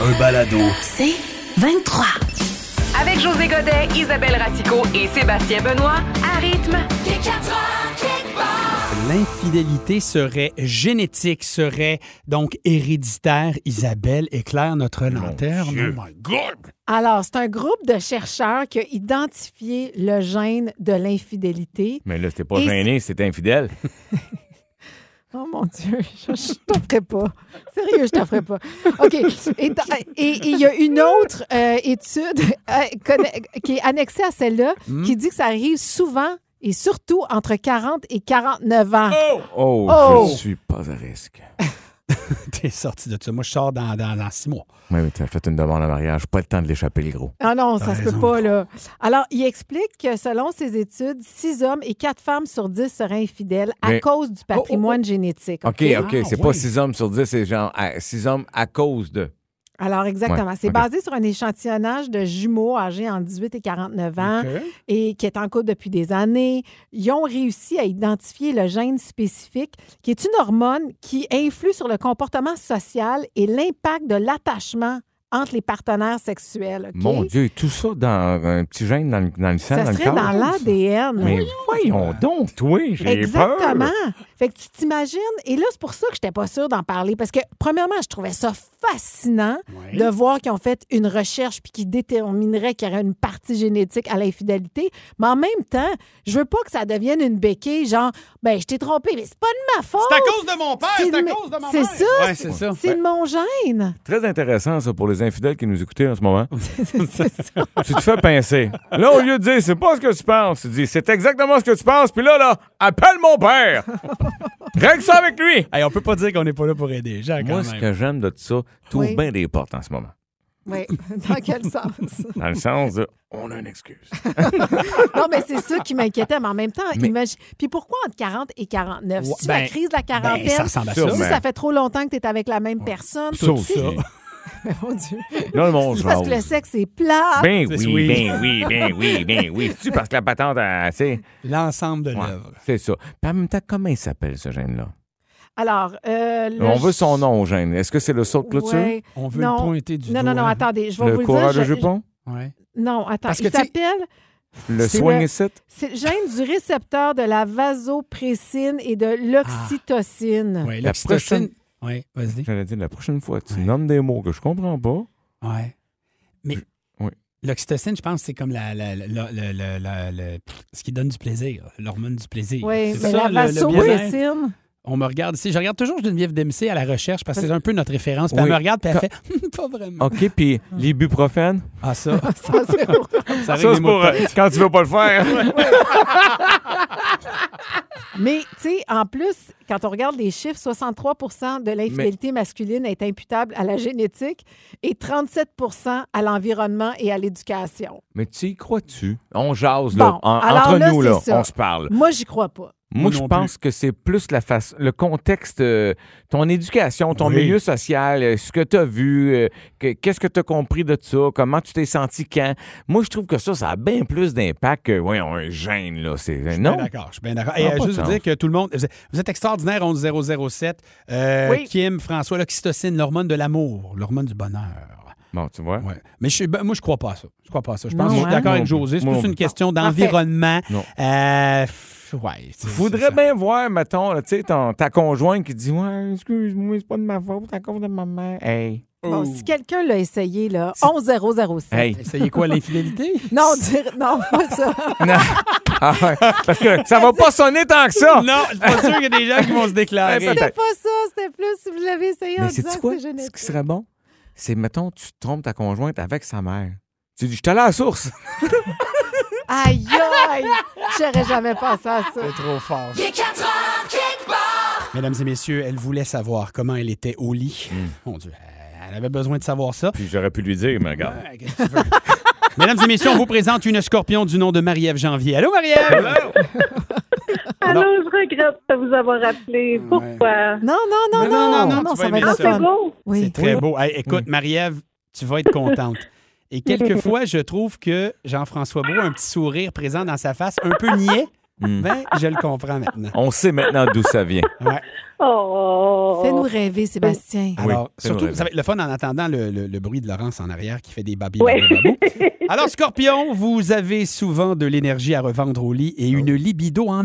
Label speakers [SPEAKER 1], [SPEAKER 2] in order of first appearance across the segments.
[SPEAKER 1] Un balado.
[SPEAKER 2] C'est 23.
[SPEAKER 3] Avec José Godet, Isabelle Ratico et Sébastien Benoît, à rythme.
[SPEAKER 4] L'infidélité serait génétique, serait donc héréditaire. Isabelle éclaire notre lanterne. Oh my God!
[SPEAKER 5] Alors, c'est un groupe de chercheurs qui a identifié le gène de l'infidélité.
[SPEAKER 6] Mais là, c'était pas
[SPEAKER 5] Et-
[SPEAKER 6] gêné, c'était infidèle.
[SPEAKER 5] Oh mon Dieu, je, je t'en ferai pas. Sérieux, je t'en ferai pas. OK. Et dans- et- et il y a une autre euh, étude euh, conna- qui est annexée à celle-là
[SPEAKER 6] Hmm?
[SPEAKER 5] qui dit que ça arrive souvent et surtout entre 40 et 49 ans.
[SPEAKER 6] Oh,
[SPEAKER 5] Oh!
[SPEAKER 6] je suis pas à risque.
[SPEAKER 4] T'es sorti de ça. Moi, je sors dans, dans, dans six mois.
[SPEAKER 6] Oui, mais tu as fait une demande en mariage, pas le temps de l'échapper, le gros.
[SPEAKER 5] Ah non, ça
[SPEAKER 4] T'as
[SPEAKER 5] se
[SPEAKER 4] raison.
[SPEAKER 5] peut pas, là. Alors, il explique que selon ses études, 6 hommes et 4 femmes sur 10 seraient infidèles à
[SPEAKER 6] Mais- Oh,
[SPEAKER 5] cause du patrimoine génétique.
[SPEAKER 6] OK,
[SPEAKER 5] OK?
[SPEAKER 6] OK, c'est
[SPEAKER 4] Ah,
[SPEAKER 6] pas
[SPEAKER 4] oui.
[SPEAKER 6] 6 hommes sur 10, c'est genre 6 hommes à cause de.
[SPEAKER 5] Alors, exactement.
[SPEAKER 6] Ouais,
[SPEAKER 5] c'est
[SPEAKER 6] ok.
[SPEAKER 5] basé sur un échantillonnage de jumeaux âgés entre 18 et 49 ans
[SPEAKER 4] OK.
[SPEAKER 5] et qui est en couple depuis des années. Ils ont réussi à identifier le gène spécifique, qui est une hormone qui influe sur le comportement social et l'impact de l'attachement entre les partenaires sexuels. OK?
[SPEAKER 6] Mon Dieu, tout ça dans un petit gène dans, le- dans le sang,
[SPEAKER 5] ça
[SPEAKER 6] dans le
[SPEAKER 5] serait
[SPEAKER 6] corps.
[SPEAKER 5] dans l'ADN.
[SPEAKER 6] Mais voyons donc, toi, j'ai peur.
[SPEAKER 5] Exactement. Fait que tu t'imagines. Et là, c'est pour ça que je n'étais pas sûre d'en parler. Parce que, premièrement, je trouvais ça fascinant
[SPEAKER 4] Oui.
[SPEAKER 5] de voir qu'ils ont fait une recherche puis qu'ils détermineraient qu'il y aurait une partie génétique à l'infidélité. Mais en même temps, je veux pas que ça devienne une béquille, genre, ben, je t'ai trompé, mais c'est pas de ma faute.
[SPEAKER 4] C'est à cause de mon père,
[SPEAKER 5] Oh! C'est
[SPEAKER 4] c'est à
[SPEAKER 5] de-
[SPEAKER 4] cause de mon
[SPEAKER 5] c'est
[SPEAKER 4] père.
[SPEAKER 5] ça,
[SPEAKER 4] Ouais, c'est ça.
[SPEAKER 5] C'est de mon gène.
[SPEAKER 6] Très intéressant, ça, pour les infidèles qui nous écoutaient en ce moment.
[SPEAKER 5] C'est ça.
[SPEAKER 6] tu te fais pincer. Là, au lieu de dire, c'est pas ce que tu penses, tu dis, c'est exactement ce que tu penses, puis là, là, appelle mon père. Règle ça avec lui.
[SPEAKER 4] Hey, on peut pas dire qu'on n'est pas là pour aider les gens, quand
[SPEAKER 6] Moi, ce
[SPEAKER 4] même.
[SPEAKER 6] que j'aime de tout ça, t'ouvres
[SPEAKER 5] Oui.
[SPEAKER 6] bien des portes en ce moment.
[SPEAKER 5] Oui. Dans quel sens?
[SPEAKER 6] Dans le sens de, on a une excuse.
[SPEAKER 5] Non, mais c'est ça qui m'inquiétait. Mais en même temps,
[SPEAKER 6] Mais-
[SPEAKER 5] imagine- Puis pourquoi entre 40 et 49?
[SPEAKER 4] Ouais,
[SPEAKER 5] Si
[SPEAKER 4] ben,
[SPEAKER 5] la crise de la quarantaine,
[SPEAKER 4] Ben, ça ressemble à ça.
[SPEAKER 6] Sûrement.
[SPEAKER 5] si ça fait trop longtemps que tu es avec la même personne,
[SPEAKER 6] Tout
[SPEAKER 5] tu sais,
[SPEAKER 6] ça.
[SPEAKER 5] mon Dieu.
[SPEAKER 6] Là, le monde
[SPEAKER 5] C'est parce que le
[SPEAKER 6] jase.
[SPEAKER 5] sexe est plat.
[SPEAKER 6] Ben oui,
[SPEAKER 4] C'est oui.
[SPEAKER 6] ben oui, ben oui, ben oui. C'est-tu parce que la patente, a- tu sais,
[SPEAKER 4] L'ensemble de
[SPEAKER 6] ouais,
[SPEAKER 4] l'œuvre.
[SPEAKER 6] c'est ça. Puis en même temps, comment il s'appelle ce gène-là?
[SPEAKER 5] Alors, euh, le-
[SPEAKER 6] On veut son nom au gène. Est-ce que c'est le saut de clôture?
[SPEAKER 5] Ouais.
[SPEAKER 4] On veut
[SPEAKER 5] Non.
[SPEAKER 4] le pointer du
[SPEAKER 5] Non,
[SPEAKER 4] doigt.
[SPEAKER 5] non, non, attendez, je vais
[SPEAKER 6] Le
[SPEAKER 5] vous le dire.
[SPEAKER 6] courage de
[SPEAKER 5] je-
[SPEAKER 6] jupon?
[SPEAKER 4] Ouais.
[SPEAKER 5] je- Non, attends,
[SPEAKER 4] Parce que,
[SPEAKER 5] il
[SPEAKER 4] tu sais-
[SPEAKER 5] s'appelle,
[SPEAKER 6] Le
[SPEAKER 5] C'est
[SPEAKER 6] swing
[SPEAKER 5] le-
[SPEAKER 6] et sit?
[SPEAKER 5] c'est le gène du récepteur de la vasopressine et de l'oxytocine.
[SPEAKER 4] Ouais,
[SPEAKER 6] La
[SPEAKER 4] l'oxytocine.
[SPEAKER 6] prochaine-
[SPEAKER 4] Ouais, vas-y.
[SPEAKER 6] J'allais dire, la prochaine fois, tu
[SPEAKER 4] Ouais.
[SPEAKER 6] nommes des mots que je comprends pas.
[SPEAKER 4] Ouais. Mais
[SPEAKER 6] oui.
[SPEAKER 4] l'oxytocine, je pense, c'est comme la, la- la- la- la- la- la- la- ce qui donne du plaisir, l'hormone du plaisir.
[SPEAKER 5] Oui,
[SPEAKER 4] c'est
[SPEAKER 5] mais
[SPEAKER 4] ça,
[SPEAKER 5] la
[SPEAKER 4] le- le bien-être.
[SPEAKER 5] vasopressine.
[SPEAKER 4] On me regarde ici. Je regarde toujours Geneviève Dempsey à la recherche parce que c'est un peu notre référence. Puis
[SPEAKER 6] Oui. Ah.
[SPEAKER 4] elle me regarde puis elle
[SPEAKER 6] Ca-
[SPEAKER 4] fait Hum, pas vraiment.
[SPEAKER 6] OK, puis l'ibuprofène?
[SPEAKER 4] Ah, ça,
[SPEAKER 5] Ça, c'est pour-
[SPEAKER 4] ça règle les mots de tête.
[SPEAKER 6] euh, quand tu veux pas le faire.
[SPEAKER 5] Mais, tu sais, en plus, quand on regarde les chiffres, 63 de l'infidélité masculine est imputable à la génétique et 37 à l'environnement et à l'éducation.
[SPEAKER 6] Mais tu y crois-tu? On jase,
[SPEAKER 5] Bon,
[SPEAKER 6] là. En-
[SPEAKER 5] alors
[SPEAKER 6] entre
[SPEAKER 5] là,
[SPEAKER 6] nous,
[SPEAKER 5] c'est
[SPEAKER 6] là,
[SPEAKER 5] ça.
[SPEAKER 6] on se parle.
[SPEAKER 5] Moi, j'y crois pas.
[SPEAKER 6] Moi,
[SPEAKER 4] Moi
[SPEAKER 6] je
[SPEAKER 4] non
[SPEAKER 6] pense que c'est plus la face, le contexte, euh, ton éducation, ton
[SPEAKER 4] Oui.
[SPEAKER 6] milieu social, euh, ce que tu as vu, euh, que- qu'est-ce que tu as compris de ça, comment tu t'es senti quand. Moi, je trouve que ça, ça a bien plus d'impact que, ouais, un gène, là. C'est,
[SPEAKER 4] Je suis
[SPEAKER 6] non?
[SPEAKER 4] bien d'accord, je suis bien d'accord.
[SPEAKER 6] Ah,
[SPEAKER 4] Et euh,
[SPEAKER 6] pas de
[SPEAKER 4] juste vous
[SPEAKER 6] sens.
[SPEAKER 4] dire que tout le monde, vous êtes- vous êtes extraordinaire, 11007. Euh,
[SPEAKER 5] Oui.
[SPEAKER 4] Kim, François, l'oxytocine, l'hormone de l'amour, l'hormone du bonheur.
[SPEAKER 6] Bon, tu vois.
[SPEAKER 4] Ouais. Mais je, suis- ben, moi, je crois pas à ça. Je crois pas à ça. Je pense
[SPEAKER 5] Non,
[SPEAKER 4] que je suis
[SPEAKER 5] hein?
[SPEAKER 4] d'accord avec
[SPEAKER 6] Hein? Non,
[SPEAKER 4] José. C'est
[SPEAKER 6] non.
[SPEAKER 4] plus une question
[SPEAKER 5] Parfait.
[SPEAKER 4] d'environnement.
[SPEAKER 6] Non.
[SPEAKER 4] Euh, f- ouais, c'est-
[SPEAKER 6] Tu
[SPEAKER 4] c'est
[SPEAKER 6] voudrais
[SPEAKER 4] ça.
[SPEAKER 6] bien voir, mettons, là, tu sais, ton- ta conjointe qui dit Ouais, excuse-moi, c'est pas de ma faute, c'est à cause de ma mère. Hey.
[SPEAKER 4] Oh.
[SPEAKER 5] Bon, si quelqu'un l'a essayé, là, 11007.
[SPEAKER 6] Hey.
[SPEAKER 4] Essayez quoi, l'infidélité?
[SPEAKER 5] Non, dire, non, pas ça.
[SPEAKER 6] Non. Ah ouais, parce que ça va pas sonner tant que ça.
[SPEAKER 4] Non, je suis pas sûr qu'il y a des gens qui vont se déclarer.
[SPEAKER 6] Eh,
[SPEAKER 5] C'était
[SPEAKER 6] peut-être.
[SPEAKER 5] pas ça. C'était plus si vous l'avez essayé en
[SPEAKER 6] Mais
[SPEAKER 5] disant
[SPEAKER 6] c'est
[SPEAKER 5] que
[SPEAKER 6] quoi?
[SPEAKER 5] c'est
[SPEAKER 6] Ce
[SPEAKER 5] génétique.
[SPEAKER 6] qui serait bon, c'est, mettons, tu trompes ta conjointe avec sa mère. Tu dis, je suis allé à la source.
[SPEAKER 5] Aïe, aïe! J'aurais jamais pensé à ça.
[SPEAKER 4] trop fort.
[SPEAKER 6] Hmm.
[SPEAKER 4] Mesdames et messieurs, elle voulait savoir comment elle était au lit. Mon Dieu. elle avait besoin de savoir ça.
[SPEAKER 6] Puis j'aurais pu lui dire, mais regarde.
[SPEAKER 4] Ouais, qu'est-ce que tu veux? Mesdames et messieurs, on vous présente une scorpion du nom de Marie-Ève Janvier. Allô, Marie-Ève?
[SPEAKER 7] Allô, Ah je regrette de vous avoir appelé. Pourquoi? Oh,
[SPEAKER 5] Non, non, non,
[SPEAKER 4] Mais non,
[SPEAKER 5] non,
[SPEAKER 4] non,
[SPEAKER 5] non,
[SPEAKER 4] tu vas
[SPEAKER 5] ça va
[SPEAKER 4] aimer
[SPEAKER 5] être le
[SPEAKER 4] ça.
[SPEAKER 7] C'est
[SPEAKER 5] fun.
[SPEAKER 7] beau.
[SPEAKER 5] Oui.
[SPEAKER 4] C'est très beau. Hey, écoute, Marie-Ève, tu vas être contente. Et quelquefois, je trouve que Jean-François Brault a un petit sourire présent dans sa face, un peu niais.
[SPEAKER 6] Hmm.
[SPEAKER 4] Ben, je le comprends maintenant.
[SPEAKER 6] On sait maintenant d'où ça vient.
[SPEAKER 4] Ouais.
[SPEAKER 7] Oh!
[SPEAKER 5] Fais-nous rêver, Sébastien.
[SPEAKER 4] Alors,
[SPEAKER 6] c'est
[SPEAKER 4] surtout,
[SPEAKER 6] vrai.
[SPEAKER 4] ça va être le fun en entendant le, le- le bruit de Laurence en arrière qui fait des babi
[SPEAKER 7] Ouais.
[SPEAKER 4] babou, babou. Alors, Scorpion, vous avez souvent de l'énergie à revendre au lit et une libido en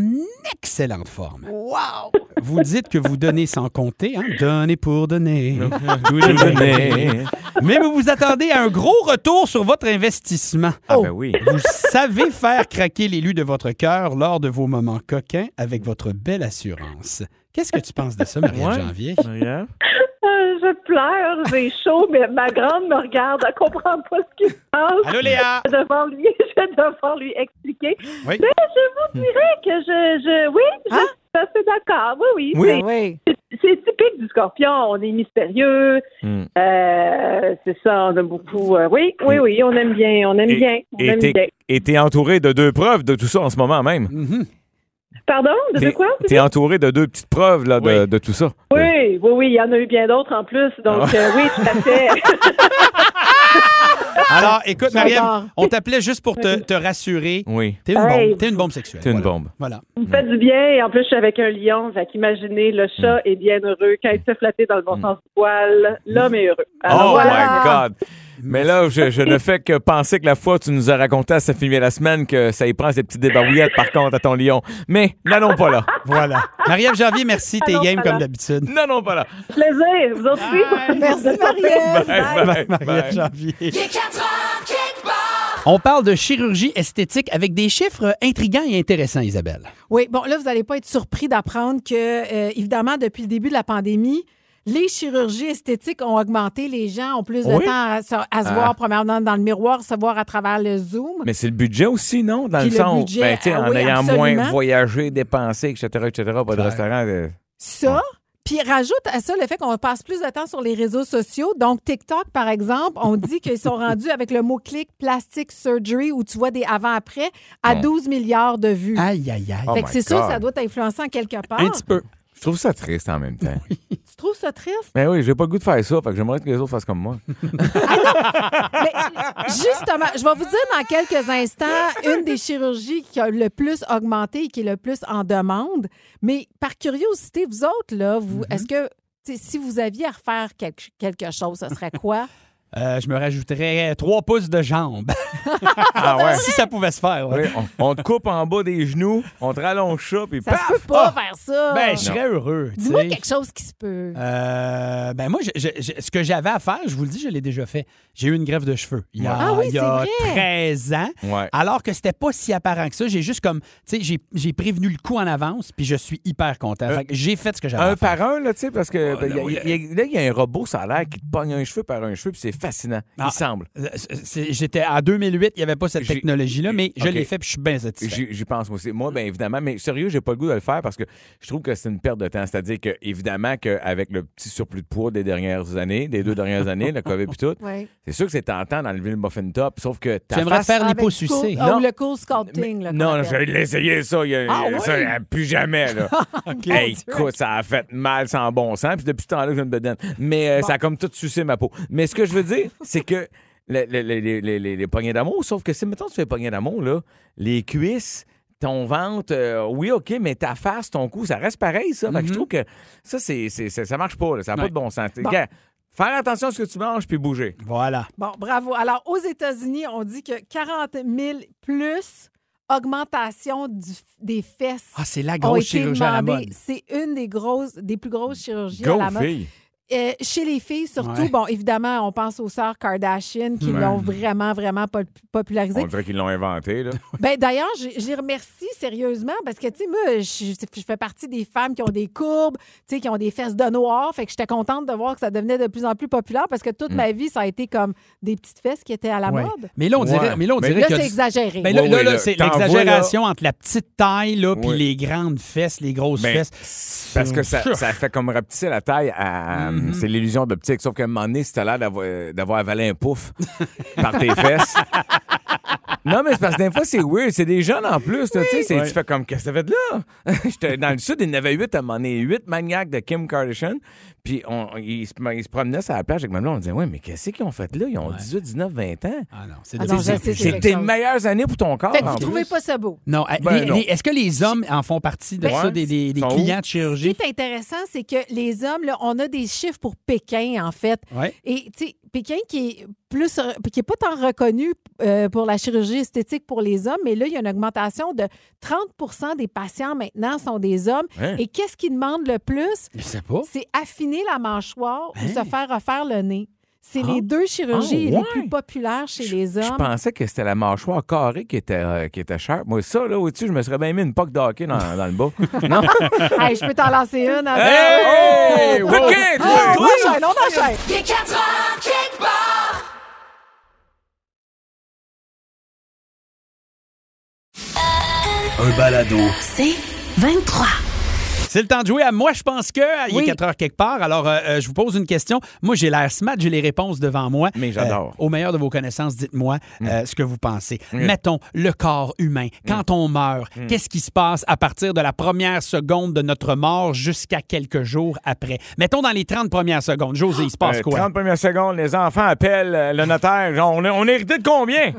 [SPEAKER 4] excellente forme. Wow! Vous dites que vous donnez sans compter, hein? Donnez pour donner. toujours donner.
[SPEAKER 6] Mais-
[SPEAKER 4] Mais vous vous attendez à un gros retour sur votre investissement.
[SPEAKER 6] Ah ben oui.
[SPEAKER 4] Vous savez faire craquer l'élu de votre cœur lors de vos moments coquins avec votre belle assurance. Qu'est-ce que tu penses de ça, Marie-Ève
[SPEAKER 6] Ouais.
[SPEAKER 4] Janvier?
[SPEAKER 6] Marie-Ève?
[SPEAKER 7] Euh, je pleure, j'ai chaud, mais ma grande me regarde, elle comprend pas ce qui se passe.
[SPEAKER 4] Allô, Léa!
[SPEAKER 7] Je vais devoir lui, je vais devoir lui expliquer.
[SPEAKER 4] Oui.
[SPEAKER 7] Mais je vous dirais que je, je oui, je
[SPEAKER 5] Hein?
[SPEAKER 7] suis assez d'accord. Oui, oui.
[SPEAKER 6] Ah. Oui. hein?
[SPEAKER 5] Ben
[SPEAKER 7] C'est-
[SPEAKER 5] Oui.
[SPEAKER 7] C'est typique du scorpion. On est mystérieux.
[SPEAKER 6] Hmm.
[SPEAKER 7] Euh, c'est ça, on aime beaucoup. euh, oui, oui, oui, on aime bien. On aime
[SPEAKER 6] Et-
[SPEAKER 7] bien. On
[SPEAKER 6] Et
[SPEAKER 7] aime
[SPEAKER 6] t'es-
[SPEAKER 7] bien.
[SPEAKER 6] et t'es entouré de deux preuves de tout ça en ce moment même.
[SPEAKER 4] Mhm.
[SPEAKER 7] Pardon? De, de
[SPEAKER 6] T'es
[SPEAKER 7] quoi?
[SPEAKER 6] t'es entouré de deux petites preuves là, de,
[SPEAKER 4] Oui.
[SPEAKER 6] de tout ça.
[SPEAKER 7] Oui, oui, oui, il y en a eu bien d'autres en plus. Donc,
[SPEAKER 6] Ah.
[SPEAKER 7] euh, oui, tout à fait.
[SPEAKER 4] Alors, écoute,
[SPEAKER 5] J'adore.
[SPEAKER 4] Marianne, on t'appelait juste pour te, te rassurer.
[SPEAKER 6] Oui.
[SPEAKER 4] T'es une
[SPEAKER 7] Hey.
[SPEAKER 4] bombe. T'es une bombe sexuelle.
[SPEAKER 6] T'es une
[SPEAKER 4] Voilà.
[SPEAKER 6] bombe.
[SPEAKER 4] Voilà.
[SPEAKER 7] Vous me faites du bien. Et en plus, je suis avec un lion. Fait qu'imaginez, le chat
[SPEAKER 6] Mm.
[SPEAKER 7] est bien heureux. Quand il se flatter dans le bon sens du poil, l'homme est heureux.
[SPEAKER 6] oh
[SPEAKER 7] Alors,
[SPEAKER 6] my God! Mais là, je, je ne fais que penser que la fois où tu nous as raconté à sa fille la semaine que ça y prend ces petites débarbouillettes par contre à ton lion. Mais n'allons pas là.
[SPEAKER 4] Voilà. Marie-Ève Janvier, merci. T'es
[SPEAKER 7] Alors,
[SPEAKER 4] game
[SPEAKER 7] voilà.
[SPEAKER 4] comme d'habitude.
[SPEAKER 6] N'allons pas là.
[SPEAKER 7] plaisir. Vous autres aussi?
[SPEAKER 5] Merci, Marie-Ève.
[SPEAKER 6] Bye, bye,
[SPEAKER 4] Marie-Ève
[SPEAKER 6] bye.
[SPEAKER 4] Janvier. On parle de chirurgie esthétique avec des chiffres intrigants et intéressants, Isabelle.
[SPEAKER 5] Oui, bon, là, vous n'allez pas être surpris d'apprendre que, euh, évidemment, depuis le début de la pandémie, les chirurgies esthétiques ont augmenté. Les gens ont plus de
[SPEAKER 6] Oui.
[SPEAKER 5] temps à, se- à se
[SPEAKER 6] Ah.
[SPEAKER 5] voir, premièrement, dans le miroir, se voir à travers le Zoom.
[SPEAKER 6] Mais c'est le budget aussi, non? Dans
[SPEAKER 5] Puis
[SPEAKER 6] le
[SPEAKER 5] le
[SPEAKER 6] sens, où,
[SPEAKER 5] budget,
[SPEAKER 6] ben, tu sais,
[SPEAKER 5] ah
[SPEAKER 6] en
[SPEAKER 5] oui,
[SPEAKER 6] ayant
[SPEAKER 5] absolument.
[SPEAKER 6] moins voyagé, dépensé, etc., etc., pas de
[SPEAKER 4] Clair.
[SPEAKER 6] restaurant. euh,
[SPEAKER 5] Ça, puis rajoute à ça le fait qu'on passe plus de temps sur les réseaux sociaux. Donc, TikTok, par exemple, on dit qu'ils sont rendus avec le mot-clic plastic surgery, où tu vois des avant-après, à
[SPEAKER 6] Bon.
[SPEAKER 5] 12 milliards de vues.
[SPEAKER 4] Aïe, aïe, aïe.
[SPEAKER 6] Oh
[SPEAKER 5] fait que
[SPEAKER 6] my
[SPEAKER 5] c'est sûr
[SPEAKER 6] God.
[SPEAKER 5] que ça doit influencer en quelque part.
[SPEAKER 4] Un petit peu.
[SPEAKER 6] Je trouve ça triste en même temps.
[SPEAKER 5] Tu trouves ça triste?
[SPEAKER 6] Mais oui, j'ai pas le goût de faire ça, fait que j'aimerais que les autres fassent comme moi.
[SPEAKER 5] Mais justement, je vais vous dire dans quelques instants une des chirurgies qui a le plus augmenté et qui est le plus en demande. Mais par curiosité, vous autres, là, vous, est-ce que tu sais, si vous aviez à refaire quelque, quelque chose, ce serait quoi?
[SPEAKER 4] Euh, je me rajouterais trois pouces de jambes.
[SPEAKER 6] Ah ouais?
[SPEAKER 4] si ça pouvait se faire. ouais.
[SPEAKER 6] Oui, on, on te coupe en bas des genoux, on te rallonge ça, puis
[SPEAKER 5] Ça
[SPEAKER 6] paf!
[SPEAKER 5] se peut pas faire ça.
[SPEAKER 4] Ben, je serais heureux. tu
[SPEAKER 5] Dis-moi
[SPEAKER 4] sais.
[SPEAKER 5] quelque chose qui se peut.
[SPEAKER 4] Euh, ben moi, je- je- je- ce que j'avais à faire, je vous le dis, je l'ai déjà fait. J'ai eu une greffe de cheveux il y a,
[SPEAKER 5] Ah oui,
[SPEAKER 4] il y a
[SPEAKER 5] c'est vrai.
[SPEAKER 4] 13 ans.
[SPEAKER 6] Ouais.
[SPEAKER 4] Alors que c'était pas si apparent que ça. J'ai juste comme, tu sais, j'ai- j'ai prévenu le coup en avance, puis je suis hyper content.
[SPEAKER 6] Euh,
[SPEAKER 4] Fait que j'ai fait ce que j'avais
[SPEAKER 6] Un
[SPEAKER 4] à faire.
[SPEAKER 6] par un, là, tu sais, parce que
[SPEAKER 8] Oh,
[SPEAKER 6] ben,
[SPEAKER 8] là,
[SPEAKER 6] y a-
[SPEAKER 8] oui.
[SPEAKER 6] y a- là, il y a un robot, ça a l'air, qui te pogne un cheveu par un cheveu, puis c'est fascinant.
[SPEAKER 4] Ah.
[SPEAKER 6] Il semble.
[SPEAKER 4] Euh, c'est- J'étais en 2008, il n'y avait pas cette
[SPEAKER 6] J'ai-
[SPEAKER 4] technologie-là, mais je
[SPEAKER 6] Ok.
[SPEAKER 4] l'ai fait, puis je suis bien satisfait.
[SPEAKER 6] J'y j'y pense moi aussi. Moi, bien évidemment, mais sérieux, j'ai pas le goût de le faire parce que je trouve que c'est une perte de temps. C'est-à-dire que, évidemment, qu'avec le petit surplus de poids des dernières années, des deux dernières années, le COVID et tout,
[SPEAKER 5] Ouais.
[SPEAKER 6] c'est sûr que c'est tentant d'enlever le muffin top, sauf que ta
[SPEAKER 4] Tu aimerais
[SPEAKER 6] face-
[SPEAKER 4] faire
[SPEAKER 5] Avec
[SPEAKER 4] l'hypo sucé.
[SPEAKER 5] cool- ah,
[SPEAKER 6] Non.
[SPEAKER 5] ou le cool sculpting. là, qu'on
[SPEAKER 6] Non, non,
[SPEAKER 5] appelle.
[SPEAKER 6] j'ai essayé ça, il y a-
[SPEAKER 5] Ah
[SPEAKER 6] ça,
[SPEAKER 5] oui? Oh,
[SPEAKER 6] euh, plus jamais. Là. Hey, écoute, ça a fait mal sans bon sens, puis depuis ce temps-là, je me bedaine. Mais euh, ça a comme tout sucé ma peau. Mais ce que je veux dire, c'est que le- le- le- les- les, les- les poignées d'amour, sauf que si, mettons, tu fais poignées d'amour, là, les cuisses, ton ventre, euh, oui, OK, mais ta face, ton cou, ça reste pareil, ça.
[SPEAKER 5] Mm-hmm.
[SPEAKER 6] Fait que je trouve que ça, c'est, c'est- c'est- ça marche pas, là. ça n'a
[SPEAKER 4] Ouais.
[SPEAKER 6] pas de bon sens. Gars, Faire attention à ce que tu manges, puis bouger.
[SPEAKER 4] Voilà.
[SPEAKER 5] Bon, bravo. Alors, aux États-Unis, on dit que 40 000 plus augmentation du- des fesses
[SPEAKER 4] Ah, c'est la
[SPEAKER 5] ont
[SPEAKER 4] grosse
[SPEAKER 5] été
[SPEAKER 4] chirurgie à la
[SPEAKER 5] demandées.
[SPEAKER 4] mode.
[SPEAKER 5] C'est une des grosses, des plus grosses chirurgies à
[SPEAKER 6] Go,
[SPEAKER 5] la mode.
[SPEAKER 6] fille!
[SPEAKER 5] Euh, chez les filles, surtout,
[SPEAKER 4] Ouais.
[SPEAKER 5] bon, évidemment, on pense aux sœurs Kardashian qui
[SPEAKER 6] Ouais.
[SPEAKER 5] l'ont vraiment, vraiment pop- popularisé.
[SPEAKER 6] On dirait qu'ils l'ont inventé, là.
[SPEAKER 5] Ben, D'ailleurs, je, je les remercie sérieusement parce que, tu sais, moi, je, je fais partie des femmes qui ont des courbes, tu sais, qui ont des fesses de noir. Fait que j'étais contente de voir que ça devenait de plus en plus populaire parce que toute ma vie, ça a été comme des petites fesses qui étaient à la
[SPEAKER 4] Mm. Ouais.
[SPEAKER 5] mode.
[SPEAKER 4] Mais là, on dirait,
[SPEAKER 6] Ouais.
[SPEAKER 4] mais là, on
[SPEAKER 6] Mais
[SPEAKER 4] dirait
[SPEAKER 5] Là,
[SPEAKER 4] qu'il y a
[SPEAKER 5] c'est
[SPEAKER 4] du-
[SPEAKER 5] exagéré.
[SPEAKER 4] Ben là,
[SPEAKER 6] Ouais,
[SPEAKER 4] là,
[SPEAKER 6] ouais,
[SPEAKER 4] là,
[SPEAKER 6] là,
[SPEAKER 4] c'est
[SPEAKER 6] t'en vois,
[SPEAKER 4] l'exagération entre la petite taille là, puis
[SPEAKER 6] Ouais.
[SPEAKER 4] les grandes fesses, les grosses
[SPEAKER 6] Ben,
[SPEAKER 4] fesses.
[SPEAKER 6] Parce que ça, ça fait comme rapetisser la taille à, à-
[SPEAKER 5] Mm-hmm.
[SPEAKER 6] C'est l'illusion d'optique. Sauf qu'à un moment donné, si t'as l'air d'avoir- euh, d'avoir avalé un pouf par tes fesses. Non, mais c'est parce que des fois, c'est weird. C'est des jeunes en plus. là, tu sais, c'est-
[SPEAKER 9] Ouais.
[SPEAKER 6] Tu fais comme, qu'est-ce que ça fait de là? J'étais dans le sud, il y en avait huit à un moment donné, huit maniaques de Kim Kardashian. Puis on, ils, se, ils se promenaient sur la plage avec ma blonde. On disait, ouais, mais qu'est-ce qu'ils ont fait là? Ils ont 18, 19, 20 ans.
[SPEAKER 4] Ah non, c'est
[SPEAKER 5] Ah non, je sais, c'est
[SPEAKER 6] C'est
[SPEAKER 5] quelque
[SPEAKER 6] tes
[SPEAKER 5] chose.
[SPEAKER 6] meilleures années pour ton corps.
[SPEAKER 5] Fait que
[SPEAKER 6] en
[SPEAKER 4] Ah,
[SPEAKER 5] vous
[SPEAKER 6] plus.
[SPEAKER 5] trouvez pas ça beau.
[SPEAKER 4] Non, euh,
[SPEAKER 6] Ben
[SPEAKER 4] les-
[SPEAKER 6] non.
[SPEAKER 4] les- est-ce que les hommes en font partie de
[SPEAKER 6] Ben,
[SPEAKER 4] ça, des, des- des
[SPEAKER 6] sont
[SPEAKER 4] clients
[SPEAKER 6] où?
[SPEAKER 4] de
[SPEAKER 5] Ce qui
[SPEAKER 4] chirurgie?
[SPEAKER 5] est intéressant, c'est que les hommes, là, on a des chiffres pour Pékin, en fait.
[SPEAKER 4] Ouais.
[SPEAKER 5] Et tu sais, Pékin qui est plus re- qui est pas tant reconnu euh, pour la chirurgie esthétique pour les hommes, mais là, il y a une augmentation de 30 des patients maintenant sont des hommes.
[SPEAKER 6] Hein? Oh.
[SPEAKER 5] Et qu'est-ce qu'ils demandent le plus?
[SPEAKER 4] Je sais pas.
[SPEAKER 5] C'est affiner la mâchoire
[SPEAKER 4] Hein?
[SPEAKER 5] ou se faire refaire le nez. C'est
[SPEAKER 6] Ben. Ah.
[SPEAKER 5] les deux chirurgies
[SPEAKER 6] Ah, ouais.
[SPEAKER 5] les plus populaires chez les
[SPEAKER 6] Je
[SPEAKER 5] hommes.
[SPEAKER 6] pensais que c'était la mâchoire carrée qui était, euh, qui était chère. Moi, ça, là, au-dessus, je me serais bien mis une poque d'hockey dans, dans le bas. non?
[SPEAKER 5] Hey, je peux t'en lancer une. hein?
[SPEAKER 6] Hey!
[SPEAKER 5] Oh!
[SPEAKER 6] Piquet,
[SPEAKER 5] Oh,
[SPEAKER 6] toi, toi!
[SPEAKER 5] on enchaîne, on enchaîne.
[SPEAKER 1] Un balado.
[SPEAKER 2] C'est 23.
[SPEAKER 4] C'est le temps de jouer à Moi, je pense que. euh, Il
[SPEAKER 5] Oui.
[SPEAKER 4] est 4 heures quelque part. Alors, euh, euh, je vous pose une question. Moi, j'ai l'air smart, j'ai les réponses devant moi.
[SPEAKER 6] Mais j'adore. Mm.
[SPEAKER 4] Euh, au meilleur de vos connaissances, dites-moi euh, ce que vous pensez. Mettons le corps humain.
[SPEAKER 6] Mm.
[SPEAKER 4] Quand on meurt, qu'est-ce qui se passe à partir de la première seconde de notre mort jusqu'à quelques jours après? Mettons dans les 30 premières secondes. José, il se passe
[SPEAKER 6] Euh,
[SPEAKER 4] quoi?
[SPEAKER 6] 30 premières secondes, les enfants appellent euh, le notaire. Genre, on, est- on est hérité de combien?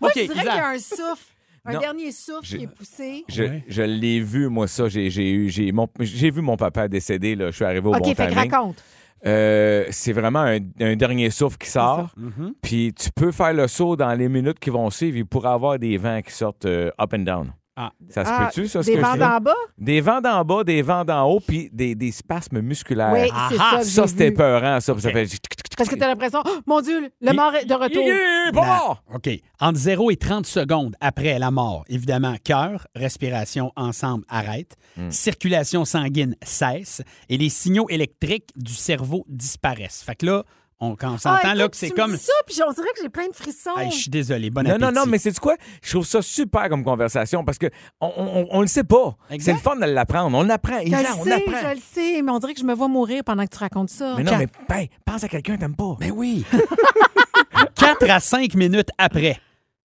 [SPEAKER 5] Moi,
[SPEAKER 4] OK,
[SPEAKER 5] je dirais qu'il y
[SPEAKER 4] Isa.
[SPEAKER 5] a un souffle, un
[SPEAKER 6] Non.
[SPEAKER 5] dernier souffle
[SPEAKER 6] J'ai-
[SPEAKER 5] qui est poussé.
[SPEAKER 6] Je,
[SPEAKER 4] Ouais.
[SPEAKER 6] je l'ai vu, moi, ça. J'ai, j'ai, eu- j'ai, mon- j'ai vu mon papa décédé. Là. Je suis arrivé au
[SPEAKER 5] OK,
[SPEAKER 6] bon
[SPEAKER 5] fait que
[SPEAKER 6] timing.
[SPEAKER 5] raconte.
[SPEAKER 6] Euh, c'est vraiment un, un dernier souffle qui sort.
[SPEAKER 4] Mm-hmm.
[SPEAKER 6] Puis tu peux faire le saut dans les minutes qui vont suivre. Il pourrait avoir des vents qui sortent euh, up and down.
[SPEAKER 4] Ah.
[SPEAKER 6] Ça se
[SPEAKER 5] Ah,
[SPEAKER 6] peut-tu, ça? ce
[SPEAKER 5] Des
[SPEAKER 6] que je Euh,
[SPEAKER 5] vents
[SPEAKER 6] dis?
[SPEAKER 5] d'en bas?
[SPEAKER 6] Des vents d'en bas, des vents d'en haut, puis des, des spasmes musculaires.
[SPEAKER 5] Oui, c'est ça. que
[SPEAKER 6] ah, ça,
[SPEAKER 5] j'ai
[SPEAKER 6] c'était
[SPEAKER 5] vu.
[SPEAKER 6] peurant, ça. puis Ça fait...
[SPEAKER 5] Parce que t'as l'impression, oh, mon Dieu, le
[SPEAKER 4] Il-
[SPEAKER 5] mort est de retour.
[SPEAKER 6] Il est mort!
[SPEAKER 4] OK. Entre 0 et 30 secondes après la mort, évidemment, cœur, respiration ensemble arrête,
[SPEAKER 6] Hmm.
[SPEAKER 4] circulation sanguine cesse et les signaux électriques du cerveau disparaissent. Fait que là, on, quand on
[SPEAKER 5] Ah,
[SPEAKER 4] s'entend là
[SPEAKER 5] écoute,
[SPEAKER 4] que c'est
[SPEAKER 5] tu me
[SPEAKER 4] comme.
[SPEAKER 5] dis ça, puis on dirait que j'ai plein de frissons.
[SPEAKER 4] Hey, je suis désolé, bon
[SPEAKER 6] Non,
[SPEAKER 4] appétit.
[SPEAKER 6] non, non, mais c'est quoi? Je trouve ça super comme conversation parce que on, on, on le sait pas. C'est
[SPEAKER 4] Exact.
[SPEAKER 6] le fun de l'apprendre. On l'apprend.
[SPEAKER 5] je
[SPEAKER 6] Isa,
[SPEAKER 5] le
[SPEAKER 6] on
[SPEAKER 5] sais,
[SPEAKER 6] l'apprend.
[SPEAKER 5] je le sais, mais on dirait que je me vois mourir pendant que tu racontes ça.
[SPEAKER 6] Mais non, mais ben, pense à quelqu'un, t'aimes pas.
[SPEAKER 4] Ben oui! 4 à 5 minutes après,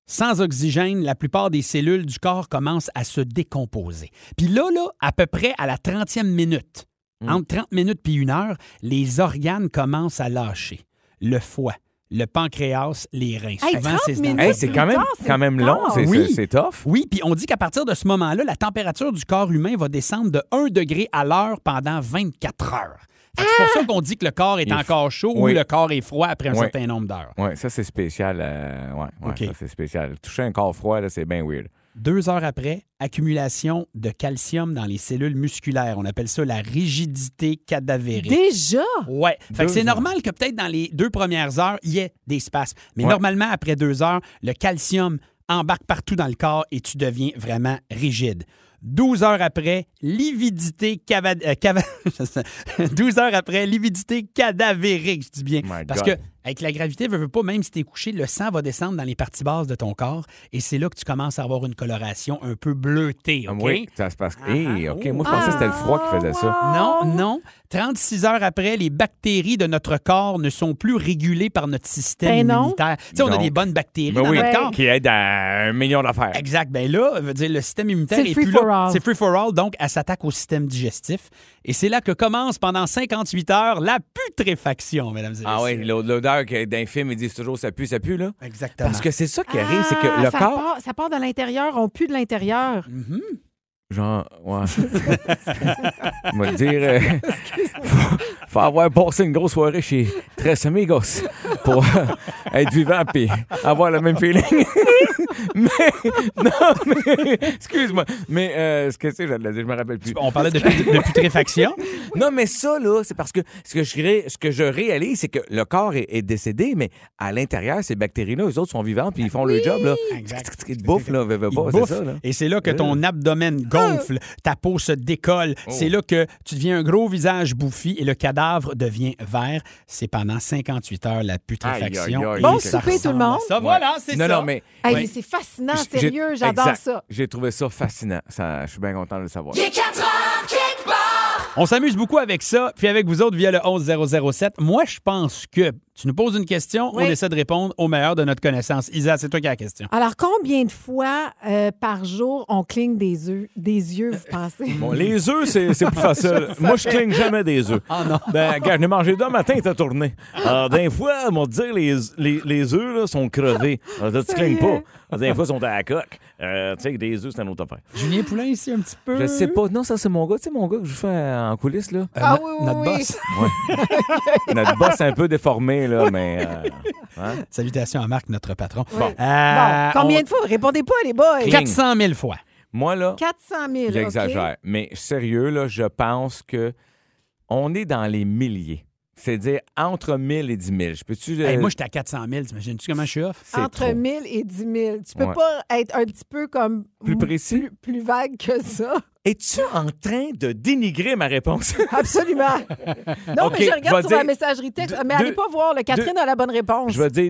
[SPEAKER 4] sans oxygène, la plupart des cellules du corps commencent à se décomposer. Puis là, là, à peu près à la 30e minute,
[SPEAKER 6] Mm.
[SPEAKER 4] entre 30 minutes puis une heure, les organes commencent à lâcher. Le foie, le pancréas, les reins.
[SPEAKER 5] Hey,
[SPEAKER 4] Souvent,
[SPEAKER 5] 30
[SPEAKER 4] c'est dans-
[SPEAKER 5] minutes.
[SPEAKER 6] Hey, c'est quand même,
[SPEAKER 5] Plus tard, c'est
[SPEAKER 6] quand même
[SPEAKER 5] plus
[SPEAKER 6] long.
[SPEAKER 5] tard.
[SPEAKER 6] C'est
[SPEAKER 4] Oui.
[SPEAKER 6] c'est- c'est tough.
[SPEAKER 4] Oui, puis on dit qu'à partir de ce moment-là, la température du corps humain va descendre de 1 degré à l'heure pendant 24 heures. Fait que C'est
[SPEAKER 5] Ah!
[SPEAKER 4] pour ça qu'on dit que le corps est
[SPEAKER 6] Il est
[SPEAKER 4] encore chaud
[SPEAKER 6] Oui.
[SPEAKER 4] ou le corps est froid après un
[SPEAKER 6] Oui.
[SPEAKER 4] certain nombre d'heures.
[SPEAKER 6] Ouais, ça, c'est spécial. euh, ouais, ouais,
[SPEAKER 4] OK.
[SPEAKER 6] ça, c'est spécial. Toucher un corps froid, là, c'est bien weird.
[SPEAKER 4] Deux heures après, accumulation de calcium dans les cellules musculaires. On appelle ça la rigidité cadavérique.
[SPEAKER 5] Déjà?
[SPEAKER 4] Ouais. Fait que
[SPEAKER 6] Deux
[SPEAKER 4] c'est
[SPEAKER 6] heures.
[SPEAKER 4] normal que peut-être dans les deux premières heures, il y ait des spasmes. Mais
[SPEAKER 6] Ouais.
[SPEAKER 4] normalement, après deux heures, le calcium embarque partout dans le corps et tu deviens vraiment rigide. 12 heures après, lividité cava... euh, cava- 12 heures après, lividité cadavérique, je dis bien.
[SPEAKER 6] My
[SPEAKER 4] Parce
[SPEAKER 6] God.
[SPEAKER 4] que avec la gravité, veux, veux pas, même si t'es couché, le sang va descendre dans les parties basses de ton corps et c'est là que tu commences à avoir une coloration un peu bleutée,
[SPEAKER 6] Ah,
[SPEAKER 4] OK?
[SPEAKER 6] Oui, ça se passe. Hey, OK, moi, je
[SPEAKER 5] Ah.
[SPEAKER 6] pensais que c'était le froid qui faisait ça.
[SPEAKER 5] Oh!
[SPEAKER 4] Non, non. 36 heures après, les bactéries de notre corps ne sont plus régulées par notre système
[SPEAKER 5] Ben non.
[SPEAKER 4] immunitaire. Tu sais, on a
[SPEAKER 6] Donc.
[SPEAKER 4] des bonnes bactéries
[SPEAKER 6] Ben
[SPEAKER 4] dans
[SPEAKER 6] oui,
[SPEAKER 4] notre corps.
[SPEAKER 6] qui aide à un million d'affaires.
[SPEAKER 4] Exact. Ben là, veut dire, le système immunitaire
[SPEAKER 5] C'est le
[SPEAKER 4] est
[SPEAKER 5] free
[SPEAKER 4] plus
[SPEAKER 5] for
[SPEAKER 4] là.
[SPEAKER 5] all.
[SPEAKER 4] C'est free for all, donc elle s'attaque au système digestif. Et c'est là que commence pendant 58 heures la putréfaction, mesdames et messieurs.
[SPEAKER 6] Ah oui, l'o- l'odeur que- d'un film, ils disent toujours ça pue, ça pue, là.
[SPEAKER 4] Exactement.
[SPEAKER 6] Parce que c'est ça qui arrive, c'est
[SPEAKER 5] Ah,
[SPEAKER 6] que le
[SPEAKER 5] ça
[SPEAKER 6] corps. Mm,
[SPEAKER 5] Part, ça part de l'intérieur, on pue de l'intérieur.
[SPEAKER 6] Genre, ouais. Moi le dire, euh, faut, faut avoir passé une grosse soirée chez Tres Amigos pour euh, être vivant puis avoir le même feeling. mais, non, mais, excuse-moi. Mais, euh, ce que c'est, je l'ai dit, je me rappelle plus.
[SPEAKER 4] On parlait de, put- de putréfaction.
[SPEAKER 6] Non, mais ça, là, c'est parce que ce que je, ré- ce que je réalise, c'est que le corps est, est décédé, mais à l'intérieur, ces bactéries-là, eux autres sont vivants puis ils font leur job, là.
[SPEAKER 4] Exact.
[SPEAKER 6] Ils te bouffent, là, veux, veux
[SPEAKER 4] Il
[SPEAKER 6] pas, c'est
[SPEAKER 4] bouffe,
[SPEAKER 6] ça, là. Ah!
[SPEAKER 4] Et c'est là que ton abdomen gonfle, ta peau se décolle.
[SPEAKER 6] Oh.
[SPEAKER 4] C'est là que tu deviens un gros visage bouffi et le cadavre devient vert. C'est pendant 58 heures la putréfaction.
[SPEAKER 6] Aïe, aïe, aïe.
[SPEAKER 4] Et
[SPEAKER 6] Bon
[SPEAKER 4] ça
[SPEAKER 5] souper, tout le
[SPEAKER 4] ressemble à
[SPEAKER 5] monde.
[SPEAKER 4] Ça, voilà, c'est
[SPEAKER 6] Non,
[SPEAKER 4] ça.
[SPEAKER 6] non, mais
[SPEAKER 5] Hey,
[SPEAKER 4] Ouais.
[SPEAKER 5] mais c'est fascinant,
[SPEAKER 6] J- j'ai-
[SPEAKER 5] sérieux, j'adore
[SPEAKER 6] exact.
[SPEAKER 5] ça.
[SPEAKER 6] J'ai trouvé ça fascinant. Ça, je suis bien content de le savoir.
[SPEAKER 4] On s'amuse beaucoup avec ça, puis avec vous autres via le 11007. Moi, je pense que tu nous poses une question,
[SPEAKER 5] Oui.
[SPEAKER 4] on essaie de répondre au meilleur de notre connaissance. Isa, c'est toi qui as la question.
[SPEAKER 5] Alors, combien de fois euh, par jour on cligne des yeux, des yeux vous pensez?
[SPEAKER 6] Bon, les œufs, c'est c'est plus facile. Moi, je cligne jamais des œufs.
[SPEAKER 4] Ah non.
[SPEAKER 6] Ben, regarde, je n'ai mangé deux matin, t'as tourné. Alors, des fois, on va te dire, les, les, les œufs là, sont crevés. Alors, toi, tu clignes pas. Alors, des fois, ils sont à la coque. Euh, tu sais, des œufs, c'est un autre affaire.
[SPEAKER 4] Julien Poulain ici un petit peu.
[SPEAKER 5] Hein?
[SPEAKER 6] Je sais pas. Non, ça, c'est mon gars. Tu sais, mon gars que je fais en coulisses, là.
[SPEAKER 4] Euh,
[SPEAKER 5] Ah
[SPEAKER 4] no-
[SPEAKER 5] oui, oui,
[SPEAKER 4] notre
[SPEAKER 5] oui.
[SPEAKER 4] boss.
[SPEAKER 6] Notre boss est un peu déformé, là, mais. euh, hein?
[SPEAKER 4] Salutations à Marc, notre patron.
[SPEAKER 6] Bon.
[SPEAKER 4] Euh,
[SPEAKER 5] bon, combien
[SPEAKER 4] on-
[SPEAKER 5] de fois? Répondez pas, les boys.
[SPEAKER 6] Cligne.
[SPEAKER 4] 400 000 fois.
[SPEAKER 6] Moi, là,
[SPEAKER 5] 400 000.
[SPEAKER 6] j'exagère. Mais sérieux, là, je pense que on est dans les milliers. C'est-à-dire entre 1000 et 10 000. Je peux-tu.
[SPEAKER 4] Hey,
[SPEAKER 6] euh,
[SPEAKER 4] moi, j'étais à 400 000. T'imagines-tu comment je suis off?
[SPEAKER 5] OK?
[SPEAKER 6] c'est
[SPEAKER 5] Entre
[SPEAKER 6] trop.
[SPEAKER 5] 1000 et 10 000. Tu peux
[SPEAKER 6] Ouais.
[SPEAKER 5] pas être un petit peu comme.
[SPEAKER 6] Plus précis?
[SPEAKER 5] Plus, plus vague que ça.
[SPEAKER 6] Es-tu en train de dénigrer ma réponse?
[SPEAKER 5] Absolument. Non,
[SPEAKER 6] OK,
[SPEAKER 5] mais je
[SPEAKER 6] je vais
[SPEAKER 5] regarde sur
[SPEAKER 6] dire
[SPEAKER 5] la messagerie texte.
[SPEAKER 6] deux-
[SPEAKER 5] mais allez
[SPEAKER 6] deux-
[SPEAKER 5] pas voir, le Catherine a la bonne réponse.
[SPEAKER 6] Je vais dire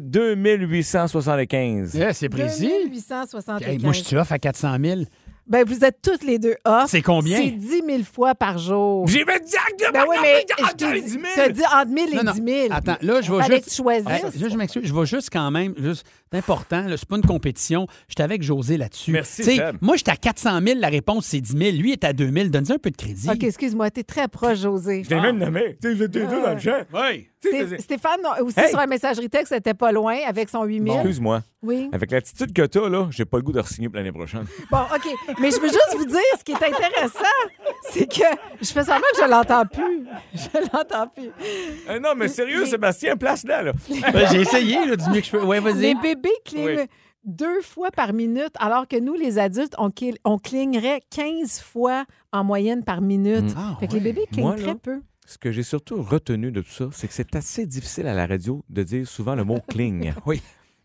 [SPEAKER 6] 2875.
[SPEAKER 4] Eh, c'est précis.
[SPEAKER 5] 2875.
[SPEAKER 4] Hey, moi, je suis off à 400 000.
[SPEAKER 5] Ben, vous êtes toutes les deux off.
[SPEAKER 4] C'est combien?
[SPEAKER 5] C'est 10 000 fois par jour.
[SPEAKER 6] J'ai mis direct de
[SPEAKER 5] Ben oui, mais je
[SPEAKER 6] entre les
[SPEAKER 5] t'ai
[SPEAKER 6] 10 000.
[SPEAKER 5] dit- t'as dit entre 1000 et
[SPEAKER 4] Non, non.
[SPEAKER 5] 10 000.
[SPEAKER 4] Attends, là, je vais
[SPEAKER 5] Fallait
[SPEAKER 4] juste.
[SPEAKER 5] que tu choisisses.
[SPEAKER 4] Hey, là, je m'excuse. Je vais juste quand même. Juste, c'est important. là, C'est pas une compétition. J'étais avec José là-dessus.
[SPEAKER 6] Merci,
[SPEAKER 4] Tu sais,
[SPEAKER 6] Seb.
[SPEAKER 4] Moi, j'étais à 400 000. La réponse, c'est 10 000. Lui est à 2 000. Donne-lui un peu de crédit.
[SPEAKER 5] OK, excuse-moi, t'es très proche, José.
[SPEAKER 6] Je l'ai même nommé. Tu sais, vous êtes les
[SPEAKER 5] Ah.
[SPEAKER 6] deux dans le champ.
[SPEAKER 4] Oui.
[SPEAKER 6] Tu sais,
[SPEAKER 5] Sté-
[SPEAKER 6] c'est-
[SPEAKER 5] Stéphane non, aussi
[SPEAKER 6] Hey!
[SPEAKER 5] sur la messagerie texte était pas loin avec son 8 000.
[SPEAKER 6] Excuse-moi.
[SPEAKER 5] Oui.
[SPEAKER 6] Avec l'attitude que t'as, là, j'ai pas le goût de re-signer pour l'année prochaine.
[SPEAKER 5] Bon, OK. Mais je veux juste vous dire, ce qui est intéressant, c'est que je fais semblant que je l'entends plus. Je l'entends plus.
[SPEAKER 6] Euh, non, mais sérieux,
[SPEAKER 5] Mais-
[SPEAKER 6] Sébastien, place-là, là.
[SPEAKER 4] J'ai essayé là, du mieux que je peux. Ouais,
[SPEAKER 5] Les
[SPEAKER 4] vas-y.
[SPEAKER 5] bébés clignent
[SPEAKER 6] Oui.
[SPEAKER 5] deux fois par minute, alors que nous, les adultes, on, cli- on clignerait 15 fois en moyenne par minute.
[SPEAKER 4] Ah,
[SPEAKER 5] fait que les
[SPEAKER 4] ouais.
[SPEAKER 5] bébés clignent
[SPEAKER 6] Moi, là,
[SPEAKER 5] très peu.
[SPEAKER 6] Ce que j'ai surtout retenu de tout ça, c'est que c'est assez difficile à la radio de dire souvent le mot cligne.
[SPEAKER 4] Oui.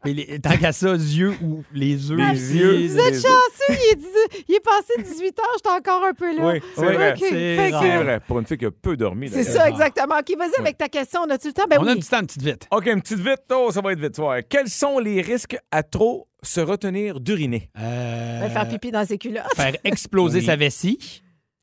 [SPEAKER 4] Mais les- tant qu'à ça, yeux ou les œufs.
[SPEAKER 6] Les
[SPEAKER 4] c'est-
[SPEAKER 6] yeux.
[SPEAKER 5] Ah, Vous êtes chanceux, il est, dix- il est passé 18 heures, j'étais encore un peu là.
[SPEAKER 6] Oui, c'est vrai.
[SPEAKER 5] OK,
[SPEAKER 4] C'est
[SPEAKER 5] fait que-
[SPEAKER 4] rare.
[SPEAKER 6] C'est vrai, pour une fille qui a peu dormi.
[SPEAKER 5] C'est
[SPEAKER 6] d'ailleurs.
[SPEAKER 5] ça, exactement. OK, vas-y avec ta question. On a-tu le temps? Ben
[SPEAKER 4] On a
[SPEAKER 5] oui.
[SPEAKER 4] un petit temps, une petite vite.
[SPEAKER 6] OK, une petite vite. Oh, ça va être vite. tu vas voir. Quels sont les risques à trop se retenir d'uriner?
[SPEAKER 4] Euh,
[SPEAKER 5] Ben, faire pipi dans ses culottes.
[SPEAKER 4] faire exploser
[SPEAKER 6] Oui.
[SPEAKER 4] sa vessie.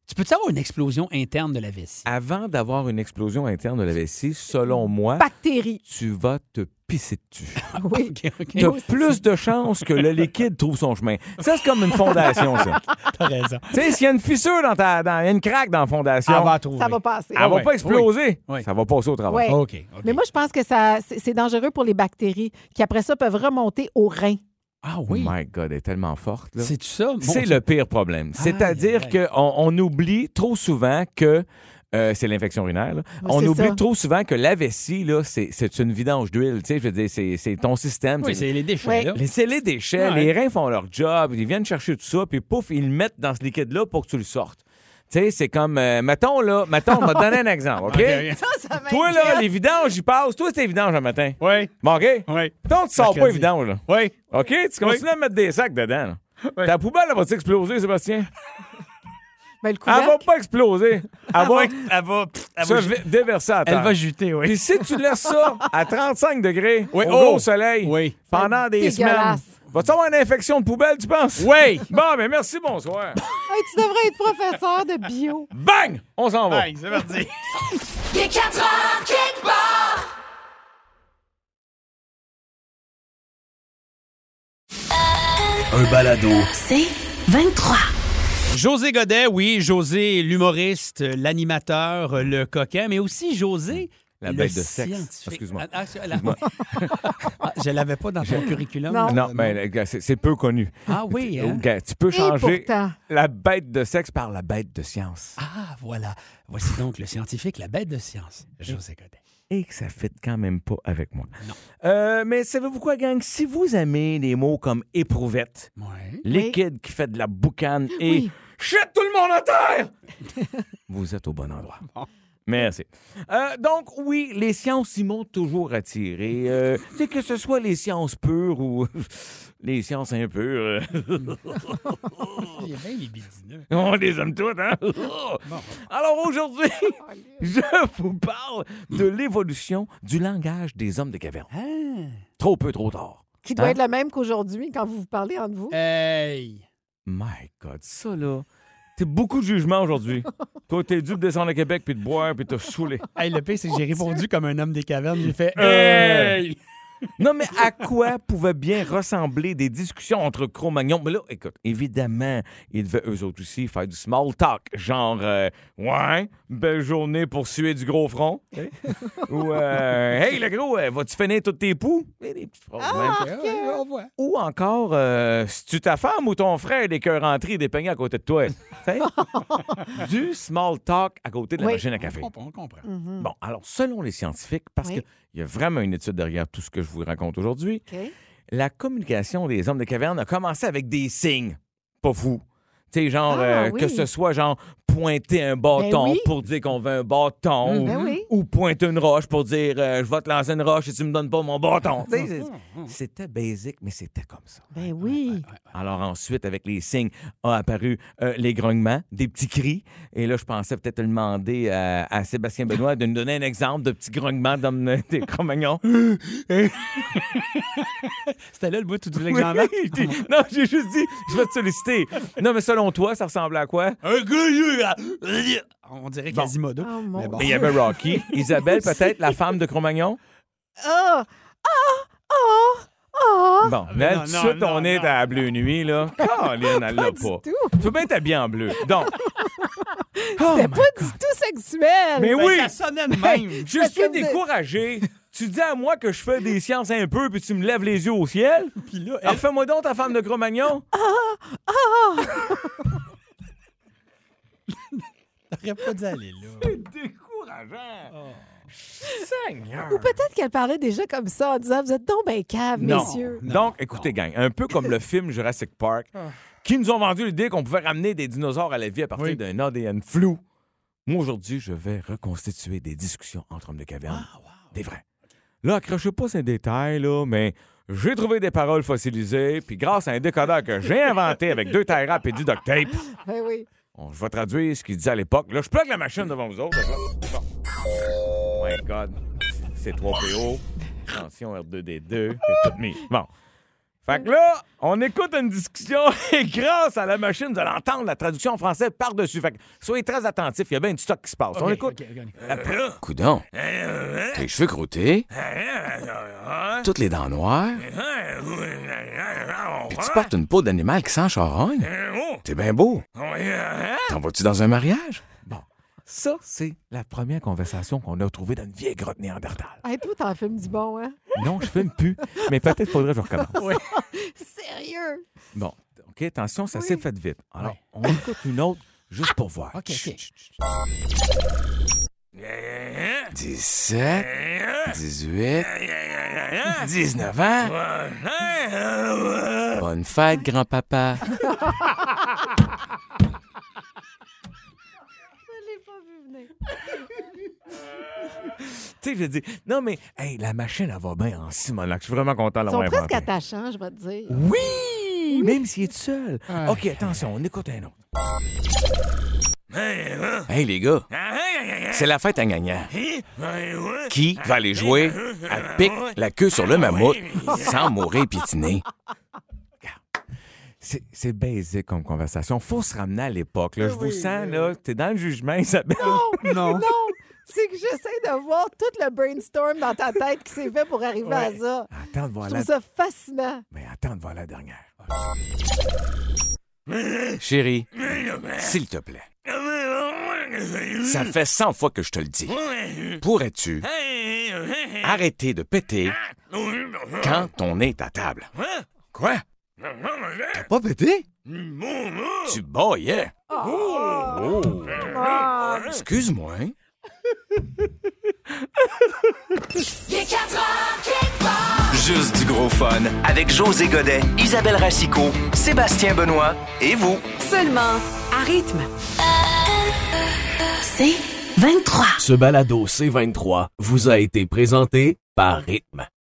[SPEAKER 4] Tu peux-tu avoir une explosion interne de la vessie?
[SPEAKER 6] Avant d'avoir une explosion interne de la vessie, selon
[SPEAKER 5] Mmh.
[SPEAKER 6] moi,
[SPEAKER 5] Bactéries.
[SPEAKER 6] tu vas te pisser dessus.
[SPEAKER 5] Ah Oui.
[SPEAKER 4] OK, OK.
[SPEAKER 6] T'as plus de chances que le liquide trouve son chemin. Ça, c'est comme une fondation, ça.
[SPEAKER 4] T'as raison.
[SPEAKER 6] Tu sais, s'il y a une fissure dans ta... dans- il y a une craque dans la fondation,
[SPEAKER 4] On va la trouver.
[SPEAKER 5] Ça va passer.
[SPEAKER 6] elle va
[SPEAKER 4] Ah, bah, ouais,
[SPEAKER 6] pas exploser.
[SPEAKER 4] oui.
[SPEAKER 6] Ça va passer au travail.
[SPEAKER 5] Ouais.
[SPEAKER 4] OK. OK.
[SPEAKER 5] Mais moi, je pense que ça, c'est c'est dangereux pour les bactéries qui, après ça, peuvent remonter aux reins.
[SPEAKER 4] ah oui.
[SPEAKER 6] Oh My God, elle est tellement forte. là.
[SPEAKER 4] C'est Ah, tout ça. Bon,
[SPEAKER 6] C'est le pire problème. C'est-à-dire
[SPEAKER 4] aïe.
[SPEAKER 6] qu'on on oublie trop souvent que. euh, c'est l'infection urinaire. là.
[SPEAKER 5] Oui,
[SPEAKER 6] on
[SPEAKER 5] c'est
[SPEAKER 6] oublie
[SPEAKER 5] ça.
[SPEAKER 6] trop souvent que la vessie, là, c'est, c'est une vidange d'huile. Tu sais, je veux dire, c'est, c'est ton système.
[SPEAKER 4] Oui,
[SPEAKER 6] c'est-
[SPEAKER 4] c'est les déchets.
[SPEAKER 5] Ouais.
[SPEAKER 4] Là.
[SPEAKER 6] Laissez les déchets,
[SPEAKER 4] Ouais.
[SPEAKER 6] les reins font leur job, ils viennent chercher tout ça, puis pouf, ils le mettent dans ce liquide-là pour que tu le sortes. Tu sais, c'est comme, euh, mettons, là, mettons, on va te donner un exemple, OK?
[SPEAKER 5] Ça, ça m'inquiète.
[SPEAKER 6] Toi, là, les vidanges, ils passent. Toi, c'est vidange le matin.
[SPEAKER 4] Oui.
[SPEAKER 6] Bon, OK?
[SPEAKER 4] Oui.
[SPEAKER 6] Toi, tu sors pas les
[SPEAKER 4] Mercredi.
[SPEAKER 6] vidanges, là.
[SPEAKER 4] Oui.
[SPEAKER 6] OK? Tu continues à mettre des sacs dedans, là.
[SPEAKER 4] Ouais.
[SPEAKER 6] Ta poubelle, elle va t'exploser, Sébastien?
[SPEAKER 5] Ben, le
[SPEAKER 6] Elle va
[SPEAKER 5] couvercle.
[SPEAKER 6] pas exploser.
[SPEAKER 5] Ah
[SPEAKER 6] Elle va
[SPEAKER 4] Elle va. Elle
[SPEAKER 6] se vi- déverser à terre.
[SPEAKER 4] juter,
[SPEAKER 6] Puis si tu laisses ça à 35 degrés
[SPEAKER 4] Oui,
[SPEAKER 6] au
[SPEAKER 4] oh!
[SPEAKER 6] gros soleil
[SPEAKER 4] Oui.
[SPEAKER 6] pendant des semaines,
[SPEAKER 5] Dégueulasse.
[SPEAKER 6] vas-tu avoir une infection de poubelle, tu penses?
[SPEAKER 4] Oui.
[SPEAKER 6] Bon, ben merci, bonsoir.
[SPEAKER 5] Hey, tu devrais être professeur de bio.
[SPEAKER 6] Bang! On s'en va.
[SPEAKER 4] c'est parti.
[SPEAKER 1] Un balado.
[SPEAKER 2] C'est 23.
[SPEAKER 4] José Godet, oui, José, l'humoriste, l'animateur, le coquin, mais aussi José.
[SPEAKER 6] La
[SPEAKER 4] le
[SPEAKER 6] bête de sexe.
[SPEAKER 4] scientifique.
[SPEAKER 6] Excuse-moi.
[SPEAKER 4] Ah, ah, la- Ah, je l'avais pas dans ton curriculum.
[SPEAKER 5] Non.
[SPEAKER 6] Non, mais le gars, c'est c'est peu connu.
[SPEAKER 4] Ah oui, hein?
[SPEAKER 6] Gars, Tu peux
[SPEAKER 5] Et
[SPEAKER 6] changer
[SPEAKER 5] pourtant.
[SPEAKER 6] la bête de sexe par la bête de science.
[SPEAKER 4] Ah, voilà. Voici donc le scientifique, la bête de science, José Godet.
[SPEAKER 6] et que ça fit quand même pas avec moi. Euh, mais savez-vous quoi, gang? Si vous aimez des mots comme éprouvette,
[SPEAKER 4] Ouais.
[SPEAKER 6] liquide qui fait de la boucane et
[SPEAKER 5] Oui.
[SPEAKER 6] Chute tout le monde à terre! Vous êtes au bon endroit. Merci. Euh, donc, oui, les sciences y m'ont toujours attiré. Euh, tu sais, que ce soit les sciences pures ou les sciences impures, euh,
[SPEAKER 4] Oh, Il est bien libidineux.
[SPEAKER 6] on les aime toutes, hein? Alors aujourd'hui, je vous parle de l'évolution du langage des hommes de caverne.
[SPEAKER 5] Ah.
[SPEAKER 6] Trop peu, trop tard.
[SPEAKER 5] Qui doit
[SPEAKER 6] Hein?
[SPEAKER 5] être le même qu'aujourd'hui quand vous vous parlez entre vous.
[SPEAKER 4] Hey!
[SPEAKER 6] My God, ça là, T'es beaucoup de jugement aujourd'hui. Toi, t'es dû de descendre à Québec puis de boire puis t'as saoulé.
[SPEAKER 4] Hey, le pire, c'est que j'ai répondu comme un homme des cavernes. J'ai fait
[SPEAKER 6] Oh,
[SPEAKER 4] euh,
[SPEAKER 6] Hey! Non, mais à quoi pouvaient bien ressembler des discussions entre Cro-Magnon? Mais là, écoute, évidemment, ils devaient eux autres aussi faire du small talk, genre euh, Ouais, belle journée pour suer du gros front. Ou euh, Hey, le gros, euh, vas-tu finir tous tes poux? Et des petits
[SPEAKER 4] Ah!
[SPEAKER 6] problèmes. Ou encore euh, C'est-tu ta femme ou ton frère des cœurs entrés et des peignets à côté de toi? Tu sais? du small talk à côté de la
[SPEAKER 5] Oui. Mm.
[SPEAKER 6] machine à café.
[SPEAKER 4] On comprend, on comprend.
[SPEAKER 6] Bon, alors, selon les scientifiques, parce
[SPEAKER 5] Oui.
[SPEAKER 6] qu'il y a vraiment une étude derrière tout ce que je vous raconte aujourd'hui,
[SPEAKER 5] OK.
[SPEAKER 6] la communication des hommes de caverne a commencé avec des signes. Pas fou. Tu sais, genre,
[SPEAKER 5] Ah,
[SPEAKER 6] euh,
[SPEAKER 5] oui. Ben
[SPEAKER 6] que ce soit, genre, pointer un bâton
[SPEAKER 5] oui.
[SPEAKER 6] pour dire qu'on veut un bâton,
[SPEAKER 5] Mm, ben
[SPEAKER 6] ou,
[SPEAKER 5] oui.
[SPEAKER 6] ou pointer une roche pour dire euh, je vais te lancer une roche et tu me donnes pas mon bâton. Tu sais, c'est- c'était basique, mais c'était comme ça.
[SPEAKER 5] Ben oui.
[SPEAKER 6] Alors ensuite, avec les signes, a apparu euh, les grognements, des petits cris. Et là, je pensais peut-être te demander euh, à Sébastien Benoît de nous donner un exemple de petits grognements d'hommes euh, des Cro-Magnons.
[SPEAKER 4] C'était là le bout où tu voulais que j'en
[SPEAKER 6] Oui, j'ai dit- non, j'ai juste dit, je vais te solliciter. Non, mais selon toi, ça ressemblait à quoi?
[SPEAKER 4] On dirait
[SPEAKER 6] Bon.
[SPEAKER 4] Quasimodo.
[SPEAKER 5] Oh, mon
[SPEAKER 4] mais bon.
[SPEAKER 6] Mais il y avait Rocky. Isabelle, peut-être, la femme de Cro-Magnon?
[SPEAKER 5] Ah! Ah! Ah! Ah!
[SPEAKER 6] Bon,
[SPEAKER 4] mais
[SPEAKER 6] là,
[SPEAKER 4] non,
[SPEAKER 6] tout de
[SPEAKER 4] non,
[SPEAKER 6] suite,
[SPEAKER 4] non,
[SPEAKER 6] on est
[SPEAKER 4] non.
[SPEAKER 6] à Bleu Nuit, là. Caroline, elle l'a pas.
[SPEAKER 5] du
[SPEAKER 6] Tu peux bien t'habiller en bleu. Donc. Oh
[SPEAKER 5] C'était
[SPEAKER 6] my
[SPEAKER 5] pas du tout sexuel.
[SPEAKER 6] Mais
[SPEAKER 4] Ben,
[SPEAKER 6] Eh oui!
[SPEAKER 4] Ça sonnait de même.
[SPEAKER 6] Je
[SPEAKER 5] Parce
[SPEAKER 6] suis
[SPEAKER 5] que vous-
[SPEAKER 6] découragé. tu dis à moi que je fais des sciences un peu, puis tu me lèves les yeux au ciel.
[SPEAKER 4] Puis là, elle- Ah,
[SPEAKER 6] Alors fais-moi donc ta femme de Cro-Magnon.
[SPEAKER 4] T'aurais pas dû aller là.
[SPEAKER 6] Décourageant.
[SPEAKER 4] Oh.
[SPEAKER 6] Seigneur.
[SPEAKER 5] Peut-être qu'elle parlait déjà comme ça en disant Vous êtes donc ben cave,
[SPEAKER 6] Non.
[SPEAKER 5] messieurs.
[SPEAKER 6] Donc, écoutez, gang, un peu comme le film Jurassic Park,
[SPEAKER 4] Ah.
[SPEAKER 6] qui nous ont vendu l'idée qu'on pouvait ramener des dinosaures à la vie à partir
[SPEAKER 4] Oui.
[SPEAKER 6] d'un ADN flou. Moi, aujourd'hui, je vais reconstituer des discussions entre hommes de caverne. Des vrais. Là, accrochez pas ces détails, là, mais j'ai trouvé des paroles fossilisées, puis grâce à un décodeur que j'ai inventé avec deux tie wraps et du duct tape,
[SPEAKER 5] Ben oui.
[SPEAKER 6] on- je vais traduire ce qu'il disait à l'époque. Là, je plug la machine devant vous autres. là. Bon. Oh my God. C'est 3PO. Attention, R2D2. C'est tout mis. Bon. Fait que là, on écoute une discussion et grâce à la machine, vous allez entendre la traduction en français par-dessus. Fait que soyez très attentifs, il y a bien du stock qui se passe. on écoute.
[SPEAKER 4] Ok, ok, ok.
[SPEAKER 9] Euh, Coudon, tes cheveux crottés, toutes les dents noires, puis tu portes une peau d'animal qui sent charogne. T'es bien beau. T'en vas-tu dans un mariage?
[SPEAKER 6] Ça, c'est la première conversation qu'on a trouvée dans une vieille grotte néandertale.
[SPEAKER 5] Hey, toi, t'en filmes du bon, hein?
[SPEAKER 6] Non, je filme plus, mais peut-être faudrait que je recommence.
[SPEAKER 5] Sérieux?
[SPEAKER 6] Bon, OK, attention, ça
[SPEAKER 5] Oui.
[SPEAKER 6] s'est fait vite. Alors,
[SPEAKER 4] Ouais.
[SPEAKER 6] on écoute une autre juste pour voir.
[SPEAKER 4] Ok,
[SPEAKER 6] Chut,
[SPEAKER 4] ok.
[SPEAKER 6] chut, chut.
[SPEAKER 9] 17, 18, 19 ans. hein? Bonne fête, grand-papa.
[SPEAKER 5] Je l'ai pas vu venir.
[SPEAKER 6] Tu sais, je dis, non, mais, hey, la machine, elle va bien en Simonac. Je suis vraiment content de
[SPEAKER 5] Ils sont
[SPEAKER 6] l'avoir
[SPEAKER 5] presque
[SPEAKER 6] inventée.
[SPEAKER 5] attachants, je vais te dire.
[SPEAKER 6] Oui! Même s'il est tout seul.
[SPEAKER 4] Ah.
[SPEAKER 6] OK, attention, on écoute un autre.
[SPEAKER 5] Hein,
[SPEAKER 9] Hey, les gars,
[SPEAKER 5] Ah,
[SPEAKER 9] c'est la fête à gagnant. Qui
[SPEAKER 5] Ah,
[SPEAKER 9] va
[SPEAKER 5] hein,
[SPEAKER 9] aller jouer à pique la queue sur le mammouth sans mourir piétiné?
[SPEAKER 6] C'est c'est basique comme conversation. Faut se ramener à l'époque.
[SPEAKER 5] Ah
[SPEAKER 6] là. Je vous sens, là, t'es dans le jugement, Isabelle.
[SPEAKER 4] Non.
[SPEAKER 5] Non, c'est que j'essaie de voir tout le brainstorm dans ta tête qui s'est fait pour arriver à ça.
[SPEAKER 6] Attends de voir
[SPEAKER 5] Je
[SPEAKER 6] la...
[SPEAKER 5] trouve ça fascinant.
[SPEAKER 6] Mais attends de voir la dernière.
[SPEAKER 9] Chérie, s'il te plaît. Ça fait 100 fois que je te le dis. Pourrais-tu arrêter de péter quand on est à table? Quoi? T'as pas pété? Tu baillais. Oh. Excuse-moi.
[SPEAKER 10] Juste du gros fun avec José Godet, Isabelle Racicot, Sébastien Benoît et vous.
[SPEAKER 3] Seulement à rythme.
[SPEAKER 2] C'est 23.
[SPEAKER 1] Ce balado C23 vous a été présenté par Rythme,